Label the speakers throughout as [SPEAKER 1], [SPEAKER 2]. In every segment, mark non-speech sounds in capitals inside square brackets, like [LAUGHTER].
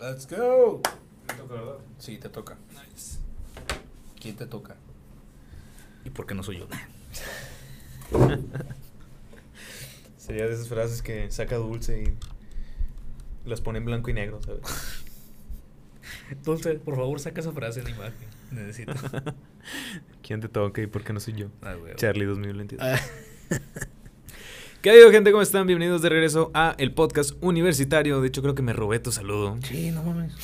[SPEAKER 1] Let's go.
[SPEAKER 2] Me toca, ¿verdad?
[SPEAKER 1] Sí, te toca.
[SPEAKER 2] Nice.
[SPEAKER 1] ¿Quién te toca? ¿Y por qué no [LAUGHS] soy yo?
[SPEAKER 3] [LAUGHS] Sería de esas frases que saca Dulce y las pone en blanco y negro, ¿sabes?
[SPEAKER 1] [LAUGHS] Dulce, por favor, saca esa frase en imagen. Necesito. [LAUGHS]
[SPEAKER 3] ¿Quién te toca y por qué no soy yo?
[SPEAKER 1] Ah, güey.
[SPEAKER 3] Charlie 2022.
[SPEAKER 1] Ah.
[SPEAKER 3] ¿Qué ha habido, gente? ¿Cómo están? Bienvenidos de regreso a el podcast universitario. De hecho, creo que me robé tu saludo.
[SPEAKER 1] Sí, no mames.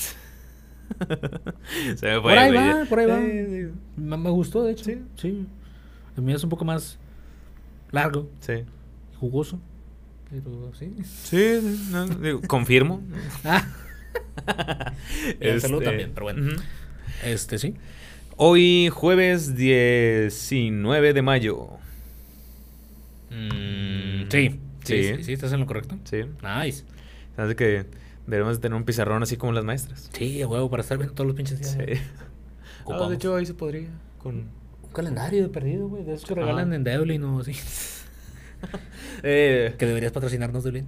[SPEAKER 3] Se me fue,
[SPEAKER 1] Por ahí
[SPEAKER 3] güey.
[SPEAKER 1] va, por ahí va.
[SPEAKER 3] Sí,
[SPEAKER 1] Me, me gustó, de hecho. Sí. El mío es un poco más largo,
[SPEAKER 3] Sí.
[SPEAKER 1] jugoso. Pero [LAUGHS] sí.
[SPEAKER 3] Sí, sí, no, digo, [LAUGHS] confirmo.
[SPEAKER 1] Ah, el saludo
[SPEAKER 3] Este,
[SPEAKER 1] también, pero bueno.
[SPEAKER 3] ujú.
[SPEAKER 1] Este sí.
[SPEAKER 3] Hoy jueves 19 de mayo.
[SPEAKER 1] Mm, sí. Sí,
[SPEAKER 3] Sí.
[SPEAKER 1] sí. sí, estás en lo correcto.
[SPEAKER 3] Sí.
[SPEAKER 1] Nice.
[SPEAKER 3] Sabes que deberíamos de tener un pizarrón así como las maestras.
[SPEAKER 1] Sí, a huevo, para estar viendo todos los pinches días. güey.
[SPEAKER 3] Sí.
[SPEAKER 1] Ocupamos.
[SPEAKER 3] ahí se podría. Con...
[SPEAKER 1] Un calendario de perdido, güey. De esos que regalan
[SPEAKER 3] Ah.
[SPEAKER 1] en Dublin o así. [LAUGHS]
[SPEAKER 3] Eh,
[SPEAKER 1] Que deberías patrocinarnos, Dublin.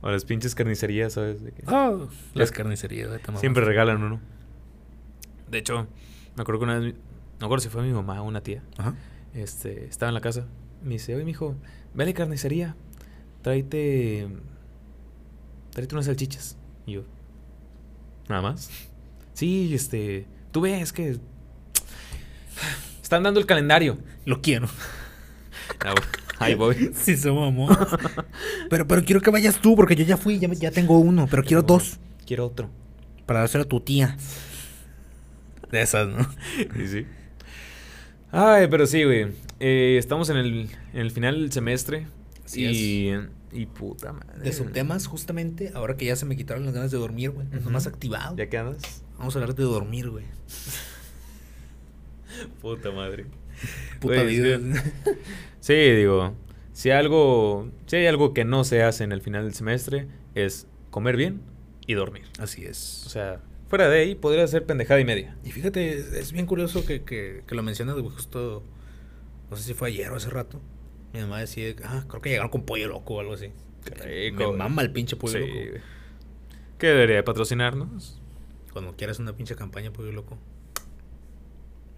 [SPEAKER 3] o las pinches carnicerías, ¿sabes? De que
[SPEAKER 1] Ah, las carnicerías de Tamaulipas.
[SPEAKER 3] siempre regalan uno. De hecho, me acuerdo que una vez. mi- No recuerdo si fue mi mamá o una tía.
[SPEAKER 1] Ajá.
[SPEAKER 3] Este, estaba en la casa. Me dice, oye, mijo, ve a la carnicería. Tráete. Tráete unas salchichas. Y yo, ¿nada más? [LAUGHS] Sí, este. Tú ves que. [SIGHS] Están dando el calendario.
[SPEAKER 1] [LAUGHS] Lo quiero.
[SPEAKER 3] Ah, bueno, Ahí voy.
[SPEAKER 1] [LAUGHS] Sí, se mamó. pero, pero quiero que vayas tú, porque yo ya fui, ya, me- ya tengo uno, pero quiero dos.
[SPEAKER 3] Quiero otro.
[SPEAKER 1] Para hacer a tu tía. De esas, ¿no?
[SPEAKER 3] Y sí. Ay, pero sí, güey. Eh, estamos en el, en el final del semestre.
[SPEAKER 1] Así
[SPEAKER 3] y, y puta madre.
[SPEAKER 1] De subtemas, justamente, ahora que ya se me quitaron las ganas de dormir, güey.
[SPEAKER 3] Ujú.
[SPEAKER 1] Nomás activado.
[SPEAKER 3] ¿Ya qué andas?
[SPEAKER 1] Vamos a hablar de dormir, güey.
[SPEAKER 3] Puta madre.
[SPEAKER 1] Puta
[SPEAKER 3] Güey,
[SPEAKER 1] vida.
[SPEAKER 3] sí.
[SPEAKER 1] [LAUGHS]
[SPEAKER 3] Sí, digo, si algo, si hay algo que no se hace en el final del semestre es comer bien y dormir.
[SPEAKER 1] Así
[SPEAKER 3] O
[SPEAKER 1] es.
[SPEAKER 3] sea, fuera de ahí podría ser pendejada y media.
[SPEAKER 1] Y fíjate, es- es bien curioso que, que, que lo mencionas, güey, justo. No sé si fue ayer o hace rato. Mi mamá decía, ah, creo que llegaron con pollo loco o algo así.
[SPEAKER 3] Qué
[SPEAKER 1] Me-
[SPEAKER 3] rico,
[SPEAKER 1] Me
[SPEAKER 3] güey.
[SPEAKER 1] mama el pinche pollo
[SPEAKER 3] Sí,
[SPEAKER 1] loco. güey.
[SPEAKER 3] güey. que debería de patrocinarnos.
[SPEAKER 1] Cuando quieras una pinche campaña pollo loco,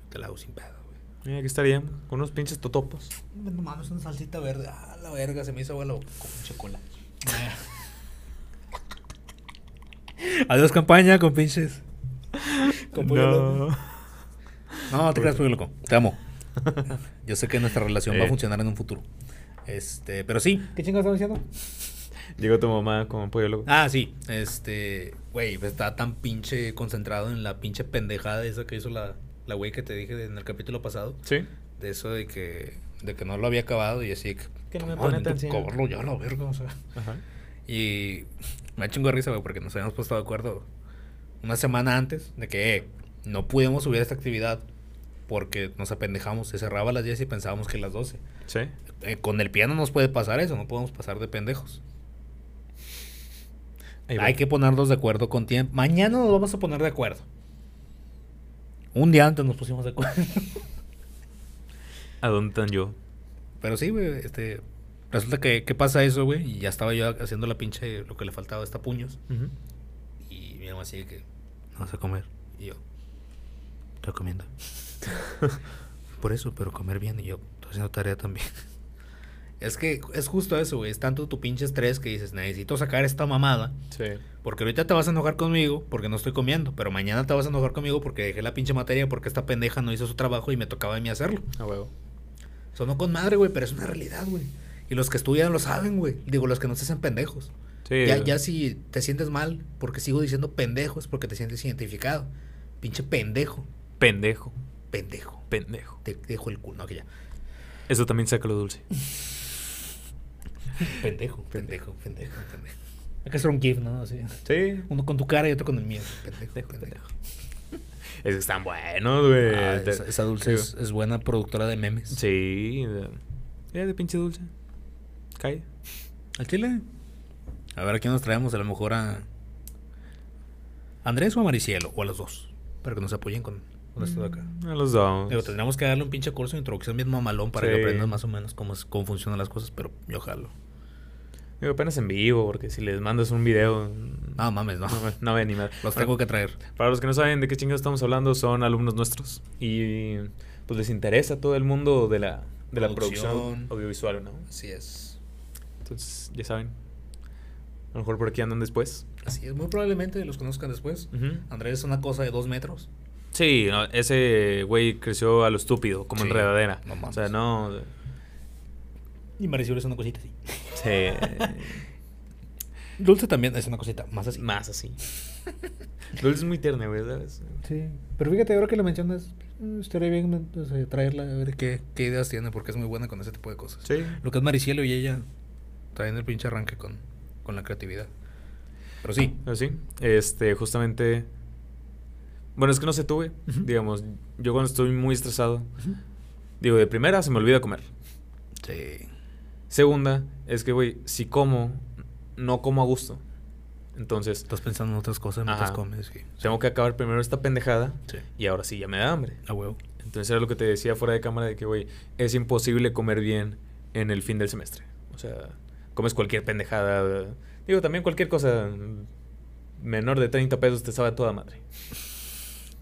[SPEAKER 1] te la hago sin pedo, güey.
[SPEAKER 3] Mira, aquí estaríamos con unos pinches totopos.
[SPEAKER 1] No mames, una salsita verde. Ah, la verga, se me hizo agua la boca con pinche cola.
[SPEAKER 3] [LAUGHS]
[SPEAKER 1] Adiós, campaña con pinches. Con pollo loco.
[SPEAKER 3] No.
[SPEAKER 1] No, te creas, pollo loco. Te
[SPEAKER 3] [LAUGHS]
[SPEAKER 1] amo. Yo sé que nuestra relación va a
[SPEAKER 3] Eh.
[SPEAKER 1] funcionar en un futuro. Este, pero sí. ¿Qué chingas estamos diciendo?
[SPEAKER 3] Llegó tu mamá con pollo loco.
[SPEAKER 1] Ah, sí. Este, güey, pues, estaba tan pinche concentrado en la pinche pendejada esa que hizo la la güey que te dije de- en el capítulo pasado.
[SPEAKER 3] Sí.
[SPEAKER 1] De eso de que, de que no lo había acabado y así que.
[SPEAKER 3] Que no me
[SPEAKER 1] "Ah,
[SPEAKER 3] pone
[SPEAKER 1] necesito
[SPEAKER 3] atención".
[SPEAKER 1] Cobrarlo ya, a la verga, o sea.
[SPEAKER 3] Ajá.
[SPEAKER 1] Y me ha chingo de risa, güey, porque nos habíamos puesto de acuerdo una semana antes de que eh, no pudimos subir esta actividad porque nos apendejamos. Se cerraba a las 10 y pensábamos que a las 12.
[SPEAKER 3] Sí.
[SPEAKER 1] Eh, con el piano nos puede pasar eso, no podemos pasar de pendejos.
[SPEAKER 3] Ahí va.
[SPEAKER 1] Hay que ponernos de acuerdo con tiempo. Mañana nos vamos a poner de acuerdo. Un día antes nos pusimos de
[SPEAKER 3] [LAUGHS]
[SPEAKER 1] acuerdo.
[SPEAKER 3] ¿A dónde tan yo?
[SPEAKER 1] Pero sí, güey, este... Resulta que, que pasa eso, güey, y ya estaba yo haciendo la pinche, lo que le faltaba, esta puños.
[SPEAKER 3] Ujú.
[SPEAKER 1] Y mi mamá sigue que... Vas a comer. Y yo... Estoy
[SPEAKER 3] [LAUGHS]
[SPEAKER 1] comiendo. Por eso, pero comer bien. Y yo, estoy haciendo tarea también. [LAUGHS] Es que es justo eso, güey. Es tanto tu pinche estrés que dices, necesito sacar esta mamada.
[SPEAKER 3] Sí.
[SPEAKER 1] Porque ahorita te vas a enojar conmigo porque no estoy comiendo. Pero mañana te vas a enojar conmigo porque dejé la pinche materia porque esta pendeja no hizo su trabajo y me tocaba a mí hacerlo.
[SPEAKER 3] A huevo.
[SPEAKER 1] Sonó con madre, güey, pero es una realidad, güey. Y los que estudian lo saben, güey. Digo, los que no se hacen pendejos.
[SPEAKER 3] Sí.
[SPEAKER 1] Ya, ya si te sientes mal porque sigo diciendo pendejos porque te sientes identificado. Pinche pendejo.
[SPEAKER 3] Pendejo.
[SPEAKER 1] Pendejo.
[SPEAKER 3] Pendejo.
[SPEAKER 1] Te dejo el culo. No, que ya.
[SPEAKER 3] Eso también saca lo dulce.
[SPEAKER 1] Pendejo, pendejo, pendejo, pendejo. Hay que hacer un GIF, ¿no? Así.
[SPEAKER 3] Sí.
[SPEAKER 1] Uno con tu cara y otro con el mío. Pendejo,
[SPEAKER 3] Pendejo,
[SPEAKER 1] pendejo.
[SPEAKER 3] pendejo. Es que están buenos, güey.
[SPEAKER 1] Ah,
[SPEAKER 3] Te-
[SPEAKER 1] esa, esa dulce es, es buena productora de memes.
[SPEAKER 3] Sí. de- Mira de pinche dulce. Cae.
[SPEAKER 1] ¿Al Chile? A ver, ¿a quién nos traemos? A lo mejor a. ¿Andrés o a Maricielo? O a los dos. Para que nos apoyen con, con esto de acá.
[SPEAKER 3] A Ah, los dos.
[SPEAKER 1] Mm. Digo, tendríamos que darle un pinche curso de introducción bien mamalón para que
[SPEAKER 3] Sí.
[SPEAKER 1] aprendan más o menos cómo, es- cómo funcionan las cosas, pero yo jalo.
[SPEAKER 3] Digo, apenas en vivo, porque si les mandas un video.
[SPEAKER 1] No mames, Ah, no.
[SPEAKER 3] No, me- no me anima.
[SPEAKER 1] Los tengo que traer.
[SPEAKER 3] Para los que no saben de qué chingados estamos hablando, son alumnos nuestros. Y pues les interesa todo el mundo de la, de la producción
[SPEAKER 1] Producción.
[SPEAKER 3] audiovisual, ¿no?
[SPEAKER 1] Así es.
[SPEAKER 3] Entonces, ya saben. A lo mejor por aquí andan después.
[SPEAKER 1] Así es. Muy probablemente los conozcan después.
[SPEAKER 3] Ujú.
[SPEAKER 1] Andrés es una cosa de dos metros.
[SPEAKER 3] Sí, no, ese güey creció a lo estúpido, como
[SPEAKER 1] Sí,
[SPEAKER 3] enredadera.
[SPEAKER 1] no
[SPEAKER 3] o sea,
[SPEAKER 1] mames.
[SPEAKER 3] no.
[SPEAKER 1] Y Marisol es una cosita así.
[SPEAKER 3] Se. [LAUGHS]
[SPEAKER 1] Dulce también es una cosita más así.
[SPEAKER 3] más así. [LAUGHS] Dulce es muy tierna, güey, ¿sabes?
[SPEAKER 1] Sí, pero fíjate, ahora que lo mencionas, mm, estaría bien o sea, traerla a ver qué, qué ideas tiene, porque es muy buena con ese tipo de cosas.
[SPEAKER 3] Sí.
[SPEAKER 1] Lo que es Maricielo y ella traen el pinche arranque con, con la creatividad. Pero sí,
[SPEAKER 3] Pero sí, este, justamente. Bueno, es que no se tuve,
[SPEAKER 1] Ujú.
[SPEAKER 3] digamos. Yo cuando estoy muy estresado, digo, de primera se me olvida comer.
[SPEAKER 1] sí,
[SPEAKER 3] Segunda, es que, güey, si como, no como a gusto. Entonces,
[SPEAKER 1] estás pensando en otras cosas mientras
[SPEAKER 3] Ajá.
[SPEAKER 1] comes. Sí,
[SPEAKER 3] tengo que acabar primero esta pendejada
[SPEAKER 1] sí,
[SPEAKER 3] y ahora sí ya me da hambre.
[SPEAKER 1] a huevo.
[SPEAKER 3] Entonces era lo que te decía fuera de cámara de que, güey, es imposible comer bien en el fin del semestre. O sea, comes cualquier pendejada. Digo, también cualquier cosa menor de 30 pesos te sabe a toda madre.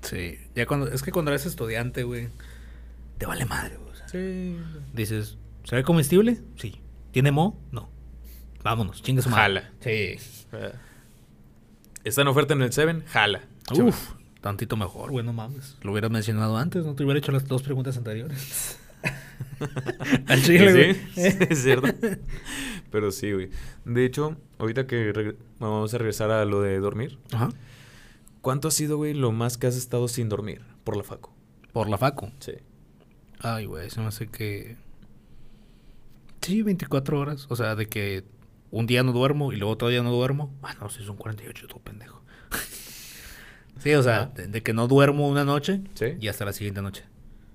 [SPEAKER 1] Sí, ya cuando, es que cuando eres estudiante, güey, te vale madre, güey. o sea,
[SPEAKER 3] Sí.
[SPEAKER 1] Dices, ¿se ve comestible? Sí. ¿Tiene mo? No. Vámonos, chingue su madre.
[SPEAKER 3] Jala.
[SPEAKER 1] Sí.
[SPEAKER 3] Está en oferta en el Seven, jala.
[SPEAKER 1] Uf, tantito mejor, güey, no mames. Lo hubieras mencionado antes, no te hubiera hecho las dos preguntas anteriores. [LAUGHS] Al chile, güey.
[SPEAKER 3] Sí, [LAUGHS]
[SPEAKER 1] [LAUGHS]
[SPEAKER 3] es cierto. Pero sí, güey. De hecho, ahorita que regre- bueno, vamos a regresar a lo de dormir.
[SPEAKER 1] Ajá.
[SPEAKER 3] ¿Cuánto ha sido, güey, lo más que has estado sin dormir por la faco?
[SPEAKER 1] Por la facu.
[SPEAKER 3] Sí.
[SPEAKER 1] Ay, güey, se me hace que... Sí, 24 horas. O sea, de que un día no duermo y luego otro día no duermo. Ah, no, si son 48, todo pendejo. [LAUGHS] sí, o sea,
[SPEAKER 3] Ajá.
[SPEAKER 1] de, de que no duermo una noche
[SPEAKER 3] Sí.
[SPEAKER 1] y hasta la siguiente noche.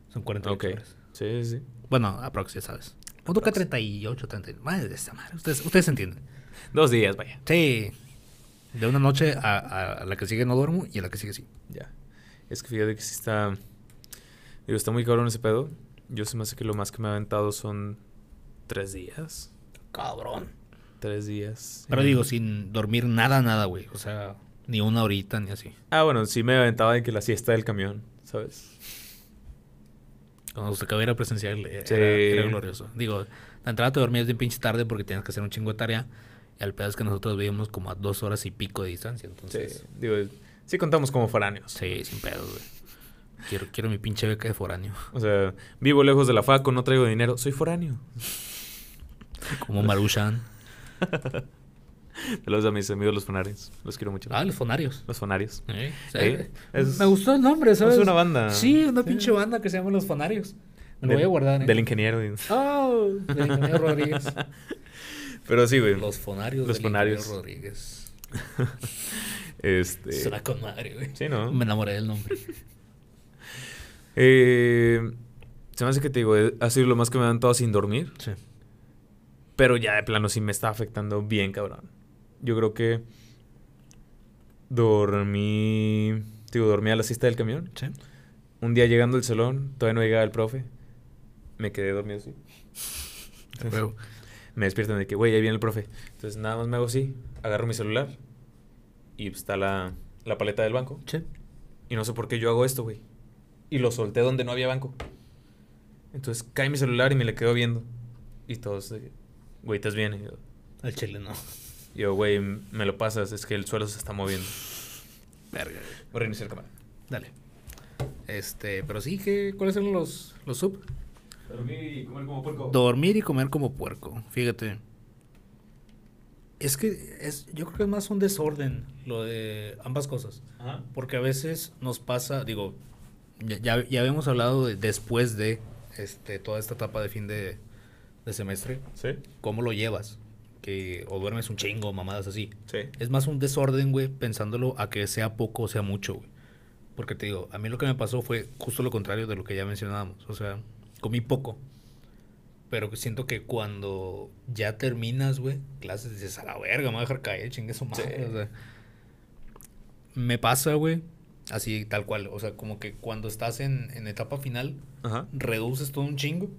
[SPEAKER 1] Son 48
[SPEAKER 3] Ok.
[SPEAKER 1] horas.
[SPEAKER 3] Sí, sí.
[SPEAKER 1] Bueno, aprox, ya sabes. Punto que 38, 39. Madre de esta madre. Ustedes, ustedes entienden.
[SPEAKER 3] Dos días, vaya.
[SPEAKER 1] Sí. De una noche a, a- a la que sigue no duermo y a la que sigue sí.
[SPEAKER 3] Ya. Es que fíjate que sí está. Digo, está muy cabrón ese pedo. Yo se me hace que lo más que me ha aventado son tres días.
[SPEAKER 1] Cabrón.
[SPEAKER 3] Tres días.
[SPEAKER 1] Pero
[SPEAKER 3] en-
[SPEAKER 1] digo, sin dormir nada, nada, güey. O sea, ni una horita ni así.
[SPEAKER 3] Ah, bueno, sí me aventaba de que la siesta del camión, ¿sabes?
[SPEAKER 1] Cuando se acababa ir a presenciar era,
[SPEAKER 3] Sí.
[SPEAKER 1] era glorioso. Digo, la entrada te dormías bien pinche tarde porque tenías que hacer un chingo de tarea. Y al pedo es que nosotros vivíamos como a dos horas y pico de distancia. Entonces,
[SPEAKER 3] Sí. Digo, sí contamos como foráneos.
[SPEAKER 1] sí, sin pedo, güey. Quiero, quiero mi pinche beca de foráneo. [LAUGHS]
[SPEAKER 3] O sea, vivo lejos de la FACO, no traigo dinero, soy foráneo.
[SPEAKER 1] Como Maruchan.
[SPEAKER 3] Saludos a mis amigos los fonarios. Los quiero mucho.
[SPEAKER 1] Ah, los fonarios.
[SPEAKER 3] Los fonarios.
[SPEAKER 1] Sí, o sea,
[SPEAKER 3] Sí, es-
[SPEAKER 1] me gustó el nombre, ¿sabes?
[SPEAKER 3] es una banda.
[SPEAKER 1] Sí, una
[SPEAKER 3] Sí.
[SPEAKER 1] pinche banda que se llama Los Fanarios. Me lo
[SPEAKER 3] Del-
[SPEAKER 1] voy a guardar, ¿eh?
[SPEAKER 3] Del ingeniero. y-
[SPEAKER 1] Oh, del ingeniero Rodríguez.
[SPEAKER 3] [LAUGHS] Pero sí, güey.
[SPEAKER 1] Los Fonarios
[SPEAKER 3] Los
[SPEAKER 1] del
[SPEAKER 3] Fonarios.
[SPEAKER 1] ingeniero Rodríguez.
[SPEAKER 3] Este.
[SPEAKER 1] Será con madre, güey.
[SPEAKER 3] Sí, ¿no?
[SPEAKER 1] Me enamoré del nombre.
[SPEAKER 3] Eh, se me hace que te digo, eh, ha sido lo más que me han dado sin dormir.
[SPEAKER 1] Sí.
[SPEAKER 3] Pero ya de plano sí me está afectando bien, cabrón. Yo creo que dormí. Digo, dormí a la cista del camión.
[SPEAKER 1] Sí.
[SPEAKER 3] Un día llegando al salón, todavía no llegaba el profe. Me quedé dormido así.
[SPEAKER 1] Luego,
[SPEAKER 3] Me despiertan de que, güey, ahí viene el profe. Entonces nada más me hago así, agarro mi celular y pues, está la, la paleta del banco.
[SPEAKER 1] sí.
[SPEAKER 3] Y no sé por qué yo hago esto, güey. Y lo solté donde no había banco. Entonces cae mi celular y me le quedo viendo. Y todos, de que, güey, ¿estás bien? Y yo,
[SPEAKER 1] Al chile no.
[SPEAKER 3] yo, güey, m- me lo pasas, es que el suelo se está moviendo.
[SPEAKER 1] Verga, güey.
[SPEAKER 3] Voy a reiniciar cámara.
[SPEAKER 1] Dale. Este, pero sí, que ¿cuáles eran los, los sub?
[SPEAKER 3] y comer como
[SPEAKER 1] Dormir y comer como puerco. Fíjate. Es que es, yo creo que es más un desorden lo de ambas cosas.
[SPEAKER 3] Ajá.
[SPEAKER 1] Porque a veces nos pasa, digo, ya, ya, ya habíamos hablado de- después de este, toda esta etapa de fin de, de semestre,
[SPEAKER 3] ¿Sí?
[SPEAKER 1] cómo lo llevas, que o duermes un chingo, mamadas así.
[SPEAKER 3] Sí.
[SPEAKER 1] Es más un desorden, güey, pensándolo a que sea poco o sea mucho, güey. Porque te digo, a mí lo que me pasó fue justo lo contrario de lo que ya mencionábamos. O sea, comí poco. Pero que siento que cuando ya terminas, güey, clases, dices, a la verga, me voy a dejar caer, chingue su madre.
[SPEAKER 3] Sí.
[SPEAKER 1] O sea, me pasa, güey, así tal cual. O sea, como que cuando estás en, en etapa final,
[SPEAKER 3] Ajá.
[SPEAKER 1] reduces todo un chingo.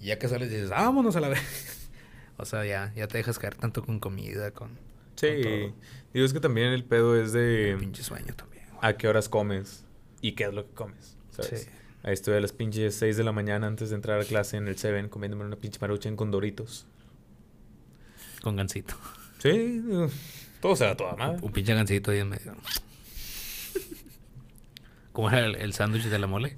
[SPEAKER 1] Y ya que sales, dices, vámonos a la verga. [LAUGHS] O sea, ya, ya te dejas caer tanto con comida, con... con
[SPEAKER 3] Sí.
[SPEAKER 1] todo.
[SPEAKER 3] Digo, es que también el pedo es de
[SPEAKER 1] Pinche sueño también, güey.
[SPEAKER 3] a qué horas comes y qué es lo que comes. ¿sabes?
[SPEAKER 1] Sí.
[SPEAKER 3] Ahí estuve a las pinches 6 de la mañana antes de entrar a clase en el Seven comiéndome una pinche maruchan con doritos.
[SPEAKER 1] Con gansito.
[SPEAKER 3] Sí, digo, todo se da toda madre.
[SPEAKER 1] Un, un pinche gansito ahí en medio. ¿Cómo era el, el sándwich de la mole?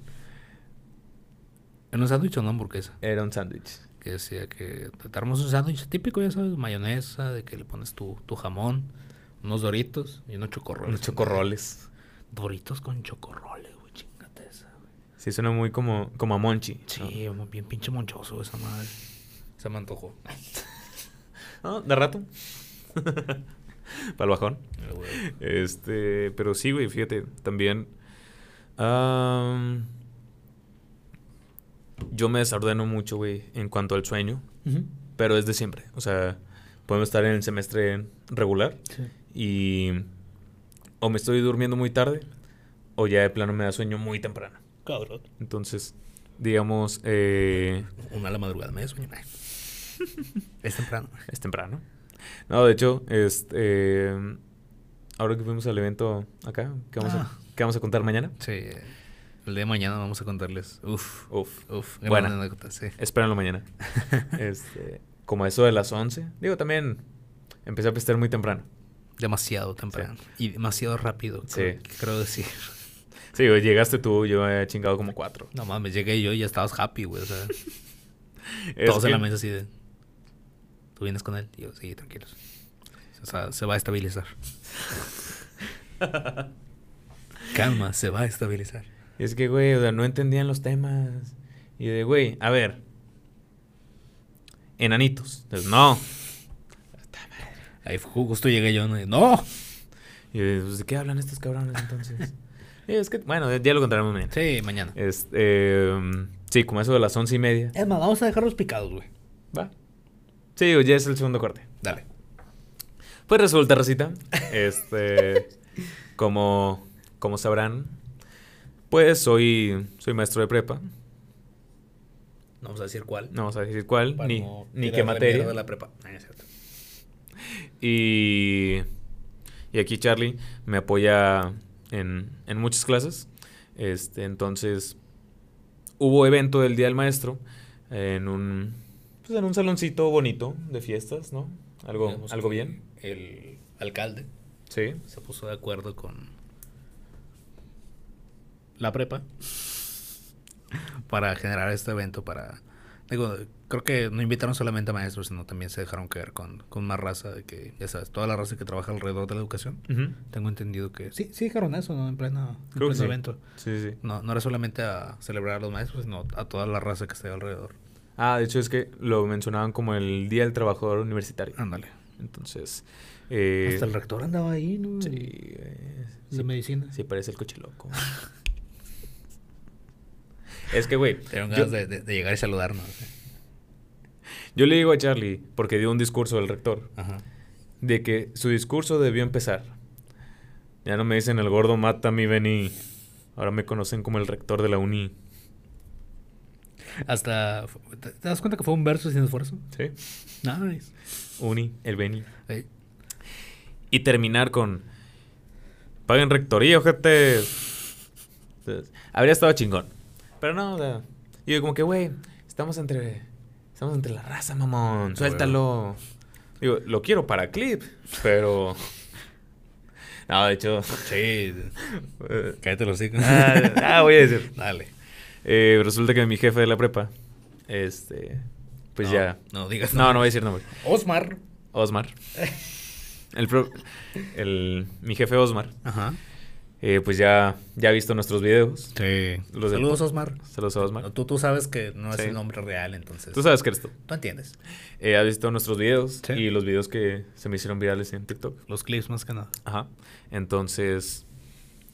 [SPEAKER 1] ¿Era un sándwich o una hamburguesa?
[SPEAKER 3] Era un sándwich.
[SPEAKER 1] Que decía que te armas un sándwich típico, ya sabes, mayonesa, de que le pones tu, tu jamón, unos doritos y unos chocorroles.
[SPEAKER 3] Unos chocorroles.
[SPEAKER 1] Doritos con chocorroles, güey, chingate esa, güey.
[SPEAKER 3] Sí, suena muy como, como a Monchi. ¿no?
[SPEAKER 1] Sí, mo- bien pinche monchoso esa madre. Se me antojó.
[SPEAKER 3] Ah, de rato. [LAUGHS] Para el bajón.
[SPEAKER 1] Pero, güey,
[SPEAKER 3] Este, pero sí, güey, fíjate, también. am, yo me desordeno mucho, güey, en cuanto al sueño, pero es de siempre. O sea, podemos estar en el semestre regular y o me estoy durmiendo muy tarde o ya de plano me da sueño muy temprano.
[SPEAKER 1] Cabrón.
[SPEAKER 3] Entonces, digamos, eh,
[SPEAKER 1] [LAUGHS] Una a la madrugada, me sueño. [LAUGHS] es temprano.
[SPEAKER 3] Es temprano. No, de hecho, este. eh, ahora que fuimos al evento acá, que vamos,
[SPEAKER 1] Ah.
[SPEAKER 3] a, que vamos a contar mañana.
[SPEAKER 1] Sí. El día de mañana vamos a contarles. Uf.
[SPEAKER 3] Uf.
[SPEAKER 1] Uf. gran
[SPEAKER 3] Buena.
[SPEAKER 1] anécdota, sí.
[SPEAKER 3] Espérenlo mañana. [LAUGHS] este, como a eso de las 11. Digo, también empecé a pistear muy temprano.
[SPEAKER 1] Demasiado temprano. Y demasiado rápido.
[SPEAKER 3] Sí.
[SPEAKER 1] Creo, creo decir.
[SPEAKER 3] Sí, güey, llegaste tú, yo he chingado como cuatro.
[SPEAKER 1] [LAUGHS] No mames, llegué yo y ya estabas happy, güey. O sea,
[SPEAKER 3] [LAUGHS] Es
[SPEAKER 1] todos en la
[SPEAKER 3] que-
[SPEAKER 1] mesa así de. ¿Tú vienes con él? Y yo, sí, tranquilos. O sea, se va a
[SPEAKER 3] [LAUGHS]
[SPEAKER 1] estabilizar. Calma, se va a estabilizar.
[SPEAKER 3] Es que, güey, o sea, no entendían los temas. Y de, güey, a ver. Enanitos. Entonces, no.
[SPEAKER 1] Ahí fu- justo llegué yo. No, ¡No!
[SPEAKER 3] Y de, pues, ¿de qué hablan estos cabrones [LAUGHS] entonces? Y es que, bueno, ya lo contaremos mañana.
[SPEAKER 1] Sí, mañana.
[SPEAKER 3] Este, em, sí, como eso de las once y media.
[SPEAKER 1] Es más, vamos a dejarlos picados, güey.
[SPEAKER 3] Va. Sí, digo, ya es el segundo corte.
[SPEAKER 1] Dale.
[SPEAKER 3] Pues
[SPEAKER 1] [LAUGHS]
[SPEAKER 3] resulta, Rosita, este, como, como sabrán, pues soy, soy maestro de prepa.
[SPEAKER 1] No vamos a decir cuál.
[SPEAKER 3] No vamos a decir cuál,
[SPEAKER 1] para
[SPEAKER 3] ni,
[SPEAKER 1] no
[SPEAKER 3] ni
[SPEAKER 1] tirar
[SPEAKER 3] qué
[SPEAKER 1] la
[SPEAKER 3] materia.
[SPEAKER 1] mierda a la prepa. Ah, es cierto.
[SPEAKER 3] Y, y aquí Charlie me apoya en, en muchas clases. Este, entonces, hubo evento del Día del Maestro en un, pues, en un saloncito bonito de fiestas, ¿no? Algo,
[SPEAKER 1] Digamos
[SPEAKER 3] algo
[SPEAKER 1] que
[SPEAKER 3] bien.
[SPEAKER 1] El alcalde
[SPEAKER 3] Sí.
[SPEAKER 1] se puso de acuerdo con la prepa [LAUGHS] para generar este evento para digo creo que no invitaron solamente a maestros sino también se dejaron caer con, con más raza de que ya sabes toda la raza que trabaja alrededor de la educación
[SPEAKER 3] Ujú.
[SPEAKER 1] tengo entendido que sí sí dijeron eso no en pleno, en
[SPEAKER 3] Creo
[SPEAKER 1] pleno
[SPEAKER 3] que sí.
[SPEAKER 1] evento
[SPEAKER 3] Sí, sí. sí.
[SPEAKER 1] no no era solamente a celebrar a los maestros sino a toda la raza que está alrededor
[SPEAKER 3] Ah, de hecho es que lo mencionaban como el Día del Trabajador Universitario.
[SPEAKER 1] ándale
[SPEAKER 3] Entonces, eh,
[SPEAKER 1] Ah. hasta el rector andaba ahí no
[SPEAKER 3] sí,
[SPEAKER 1] El-
[SPEAKER 3] eh,
[SPEAKER 1] de
[SPEAKER 3] sí,
[SPEAKER 1] medicina
[SPEAKER 3] sí parece el coche loco. es que, güey,
[SPEAKER 1] Tengo
[SPEAKER 3] yo-
[SPEAKER 1] ganas de, de- de llegar y saludarnos. ¿eh?
[SPEAKER 3] Yo le digo a Charlie, porque dio un discurso del rector,
[SPEAKER 1] Ajá.
[SPEAKER 3] de que su discurso debió empezar. Ya no me dicen el gordo mata mi Beni. Ahora me conocen como el rector de la uni.
[SPEAKER 1] Hasta. fu- ¿Te te das cuenta que fue un verso sin esfuerzo?
[SPEAKER 3] ¿Sí?
[SPEAKER 1] Nice.
[SPEAKER 3] Uni, el Beni.
[SPEAKER 1] Ey,
[SPEAKER 3] Y terminar con. Paguen rectoría, ojete. Entonces, habría estado chingón. Pero no, o sea. y Yo como que, güey, estamos entre. Estamos entre la raza, mamón.
[SPEAKER 1] Ah,
[SPEAKER 3] Suéltalo. Digo, lo quiero para clip, pero. [LAUGHS] No, de hecho. [LAUGHS]
[SPEAKER 1] Sí.
[SPEAKER 3] eh,
[SPEAKER 1] Cállate los hocico.
[SPEAKER 3] Ah, ah, voy a decir.
[SPEAKER 1] Dale.
[SPEAKER 3] Eh, resulta que mi jefe de la prepa, este, pues
[SPEAKER 1] No,
[SPEAKER 3] ya.
[SPEAKER 1] No digas
[SPEAKER 3] No, no voy a
[SPEAKER 1] nombres.
[SPEAKER 3] decir nombre.
[SPEAKER 1] Osmar.
[SPEAKER 3] Osmar.
[SPEAKER 1] [LAUGHS]
[SPEAKER 3] El, pro- el- mi jefe Osmar,
[SPEAKER 1] Ajá.
[SPEAKER 3] eh, pues ya, ya ha visto nuestros videos.
[SPEAKER 1] Sí.
[SPEAKER 3] Los del-
[SPEAKER 1] Saludos, Osmar.
[SPEAKER 3] Saludos a Osmar.
[SPEAKER 1] Tú, tú sabes que no
[SPEAKER 3] Sí.
[SPEAKER 1] es el nombre real, entonces.
[SPEAKER 3] Tú sabes que eres tú.
[SPEAKER 1] Tú entiendes.
[SPEAKER 3] Eh, ha visto nuestros videos
[SPEAKER 1] Sí.
[SPEAKER 3] y los videos que se me hicieron virales en TikTok.
[SPEAKER 1] Los clips más que nada.
[SPEAKER 3] Ajá. Entonces,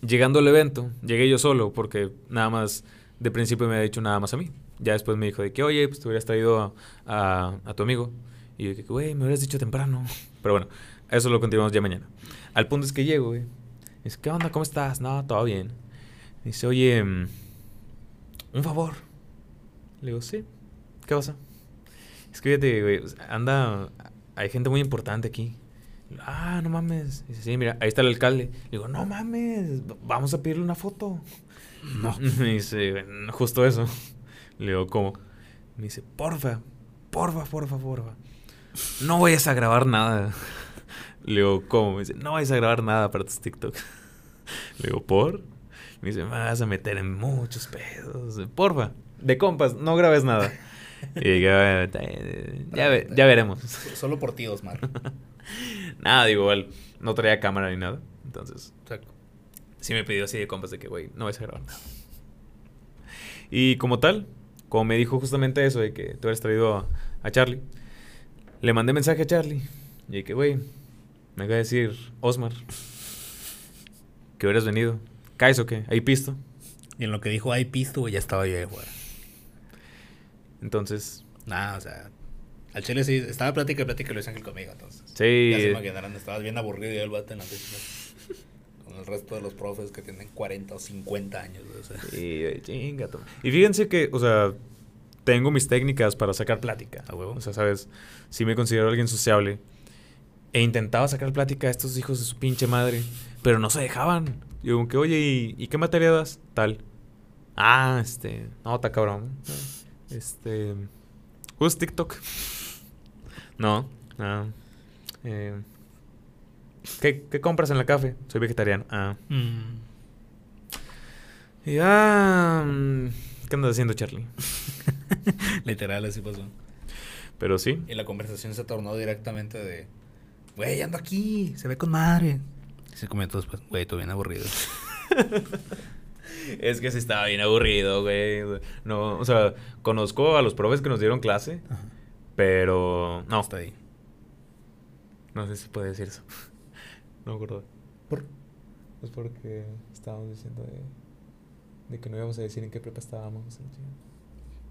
[SPEAKER 3] llegando al evento, llegué yo solo porque nada más, de principio me había dicho nada más a mí. Ya después me dijo de que, oye, pues te hubieras traído a, a- a tu amigo. Y yo de que, güey, me hubieras dicho temprano. [LAUGHS] Pero bueno, eso lo continuamos ya mañana. Al punto es que llego, güey. Dice, ¿qué onda? ¿Cómo estás? No, todo bien. Dice, oye, mm, un favor. Le digo, sí. ¿Qué pasa? Es que fíjate, güey, o sea, anda, hay gente muy importante aquí. Ah, no mames. Dice, sí, mira, ahí está el alcalde. Digo, no mames, vamos a pedirle una foto.
[SPEAKER 1] No.
[SPEAKER 3] [LAUGHS] Me dice, justo eso. Le digo, ¿cómo? Me dice, porfa, porfa, porfa, porfa. No vayas a grabar nada. [LAUGHS] Le digo, ¿cómo? Me dice, no vayas a grabar nada para tus TikTok. [LAUGHS] Le digo, ¿por? Me dice, me vas a meter en muchos pedos. Porfa, de compas, no grabes nada. Y digo, "Bueno, está bien, ya, ve- ya veremos.
[SPEAKER 1] Solo por ti, Osmar.
[SPEAKER 3] [LAUGHS] Nada, digo, igual, no traía cámara ni nada. Entonces,
[SPEAKER 1] [LAUGHS] Exacto.
[SPEAKER 3] sí me pidió así de compas de que, güey, no vais a grabar nada. Y como tal, como me dijo justamente eso de que tú eres traído a, a Charlie, le mandé mensaje a Charlie y de que, güey, me acaba de decir Osmar que hubieras venido. ¿Caes o qué? Ahí pisto.
[SPEAKER 1] Y en lo que dijo, ay, pisto, güey, ya estaba yo de jugar.
[SPEAKER 3] Entonces,
[SPEAKER 1] Nada, o sea. Al chile sí, estaba plática y plática Luis Ángel conmigo, entonces.
[SPEAKER 3] sí.
[SPEAKER 1] Ya se imaginarán, estabas bien aburrido y yo el vato en la oficina. Con el resto de los profes que tienen 40 o 50 años, o sea.
[SPEAKER 3] Sí, güey, chinga tu- Y fíjense que, o sea, tengo mis técnicas para sacar plática.
[SPEAKER 1] A huevo.
[SPEAKER 3] O sea, sabes, si me considero alguien sociable. E intentaba sacar plática a estos hijos de su pinche madre, pero no se dejaban. Y como que, oye, ¿y, y qué materia das? Tal. Ah, este. No, está cabrón. Este. ¿Usas TikTok? No. Ah. Eh, ¿qué, ¿Qué compras en la café? Soy vegetariano. Ah.
[SPEAKER 1] Mm.
[SPEAKER 3] Y ah, mm, ¿qué andas haciendo, Charlie?
[SPEAKER 1] Literal, así pasó.
[SPEAKER 3] Pero sí.
[SPEAKER 1] Y la conversación se tornó directamente de, güey, ando aquí, se ve con madre. Se comentó después, güey, todo bien aburrido.
[SPEAKER 3] Es que se estaba bien aburrido, güey. No, o sea, conozco a los profes que nos dieron clase, pero no,
[SPEAKER 1] Hasta ahí.
[SPEAKER 3] no sé si puede decir eso. No me acuerdo. ¿Por? Pues porque estábamos diciendo de, que no íbamos a decir en qué prepa estábamos.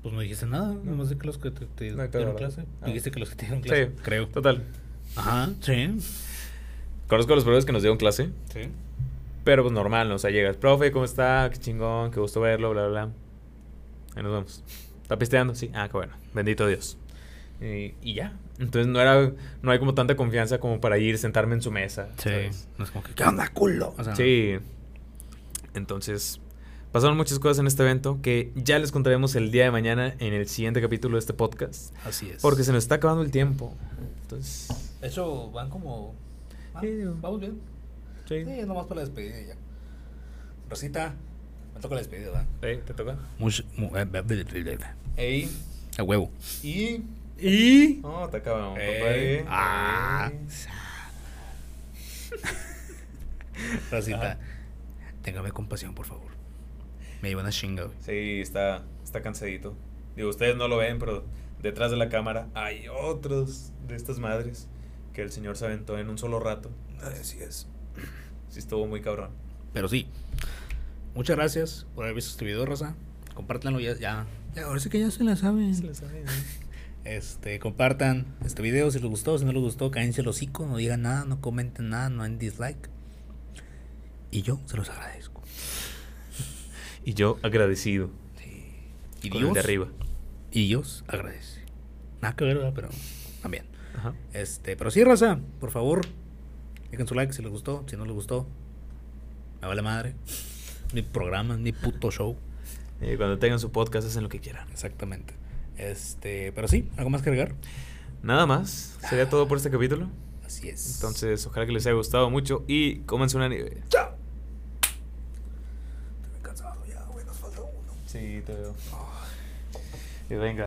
[SPEAKER 1] Pues no dijiste nada, nomás de que los que te, te
[SPEAKER 3] No hay pedo,
[SPEAKER 1] dieron
[SPEAKER 3] ¿verdad?
[SPEAKER 1] clase.
[SPEAKER 3] Ah.
[SPEAKER 1] Dijiste que los que te dieron
[SPEAKER 3] Sí.
[SPEAKER 1] clase. Creo.
[SPEAKER 3] Total.
[SPEAKER 1] Ajá, sí.
[SPEAKER 3] Conozco a los profes que nos dieron clase,
[SPEAKER 1] Sí.
[SPEAKER 3] pero pues normal, ¿no? o sea, llegas, profe, ¿cómo está? Qué chingón, qué gusto verlo, bla, bla, bla. Ahí nos vamos. ¿Está pisteando? Sí. Ah, qué bueno. Bendito Dios. Y, y ya. Entonces no era, no hay como tanta confianza como para ir, sentarme en su mesa.
[SPEAKER 1] Sí.
[SPEAKER 3] ¿sabes?
[SPEAKER 1] No es como que, ¿qué onda, culo? O sea,
[SPEAKER 3] Sí. Entonces, pasaron muchas cosas en este evento que ya les contaremos el día de mañana en el siguiente capítulo de este podcast.
[SPEAKER 1] Así es.
[SPEAKER 3] Porque se nos está acabando el tiempo. Entonces,
[SPEAKER 1] De hecho, van como... ah,
[SPEAKER 3] Sí, digo.
[SPEAKER 1] vamos bien.
[SPEAKER 3] sí.
[SPEAKER 1] Sí, nomás para la despedida y ya. Rosita, me toca la despedida, ¿verdad?
[SPEAKER 3] Ey, ¿Te toca?
[SPEAKER 1] Mucho, mu- eh, bla, bla, bla, bla, bla.
[SPEAKER 3] Ey.
[SPEAKER 1] A huevo.
[SPEAKER 3] Y...
[SPEAKER 1] Y...
[SPEAKER 3] No, te acabamos,
[SPEAKER 1] Ey.
[SPEAKER 3] compadre. Eh.
[SPEAKER 1] Ah.
[SPEAKER 3] Ey.
[SPEAKER 1] [LAUGHS] Rosita, Ah. téngame compasión, por favor. Me iban a chingar, güey.
[SPEAKER 3] Sí, está, está cansadito. Digo, ustedes no lo ven, pero detrás de la cámara hay otros de estas madres que el señor se aventó en un solo rato.
[SPEAKER 1] Así es.
[SPEAKER 3] Sí, estuvo muy cabrón.
[SPEAKER 1] Pero sí. Muchas gracias por haber visto este video, Rosa. Compártanlo ya. ya. ya, ahora sí que ya se la saben. Este, compartan este video si les gustó. Si no les gustó, cállense el hocico. No digan nada, no comenten nada, no den dislike. Y yo se los agradezco.
[SPEAKER 3] Y yo agradecido.
[SPEAKER 1] Y
[SPEAKER 3] con el de arriba.
[SPEAKER 1] Y Dios agradece. Nada que ver, ¿verdad? pero también.
[SPEAKER 3] Ajá.
[SPEAKER 1] Este, pero sí, raza, por favor, dejen su like si les gustó, si no les gustó. Me vale madre. Ni programa, ni puto show.
[SPEAKER 3] Y Eh, cuando tengan su podcast, hacen lo que quieran.
[SPEAKER 1] Exactamente. Este, pero sí, algo más que agregar.
[SPEAKER 3] Nada más. Sería todo por este capítulo.
[SPEAKER 1] Así es.
[SPEAKER 3] Entonces, ojalá que les haya gustado mucho y cómanse una nieve.
[SPEAKER 1] Estoy cansado ya, güey, nos falta uno.
[SPEAKER 3] Sí, te veo. Y venga.